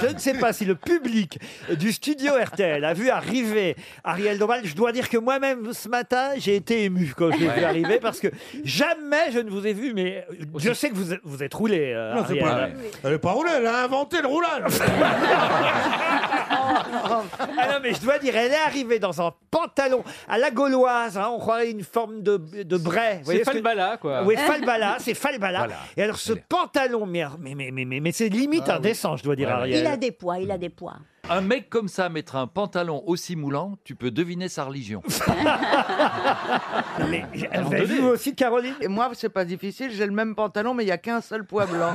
je ne sais pas si le public du studio RTL a vu arriver Ariel Dombal. Je dois dire que moi-même, ce matin, j'ai été ému quand je l'ai vu Ouais. arriver parce que jamais je ne vous ai vu, mais je sais que vous, êtes- vous êtes roulé. euh, Non, c'est Ariel. pas- Elle est pas roulée, elle a inventé le roulage. Ah non, mais je dois dire, elle est arrivée dans un pantalon à la gauloise. hein, on croirait une forme de, de bray. Vous voyez C'est ce que- Falbala, quoi. Oui, Falbala, c'est Falbala. Voilà. Et alors ce pantalon, mais, mais, mais, mais, mais, mais c'est limite Ah indécent, je dois dire, Ouais, ouais. Ariel. Il a des poids, il a des poids. Un mec comme ça mettre un pantalon aussi moulant, tu peux deviner sa religion. Mais À vous un moment avez donné. vu vous aussi, Caroline Et moi, c'est pas difficile, j'ai le même pantalon, mais il n'y a qu'un seul poids blanc.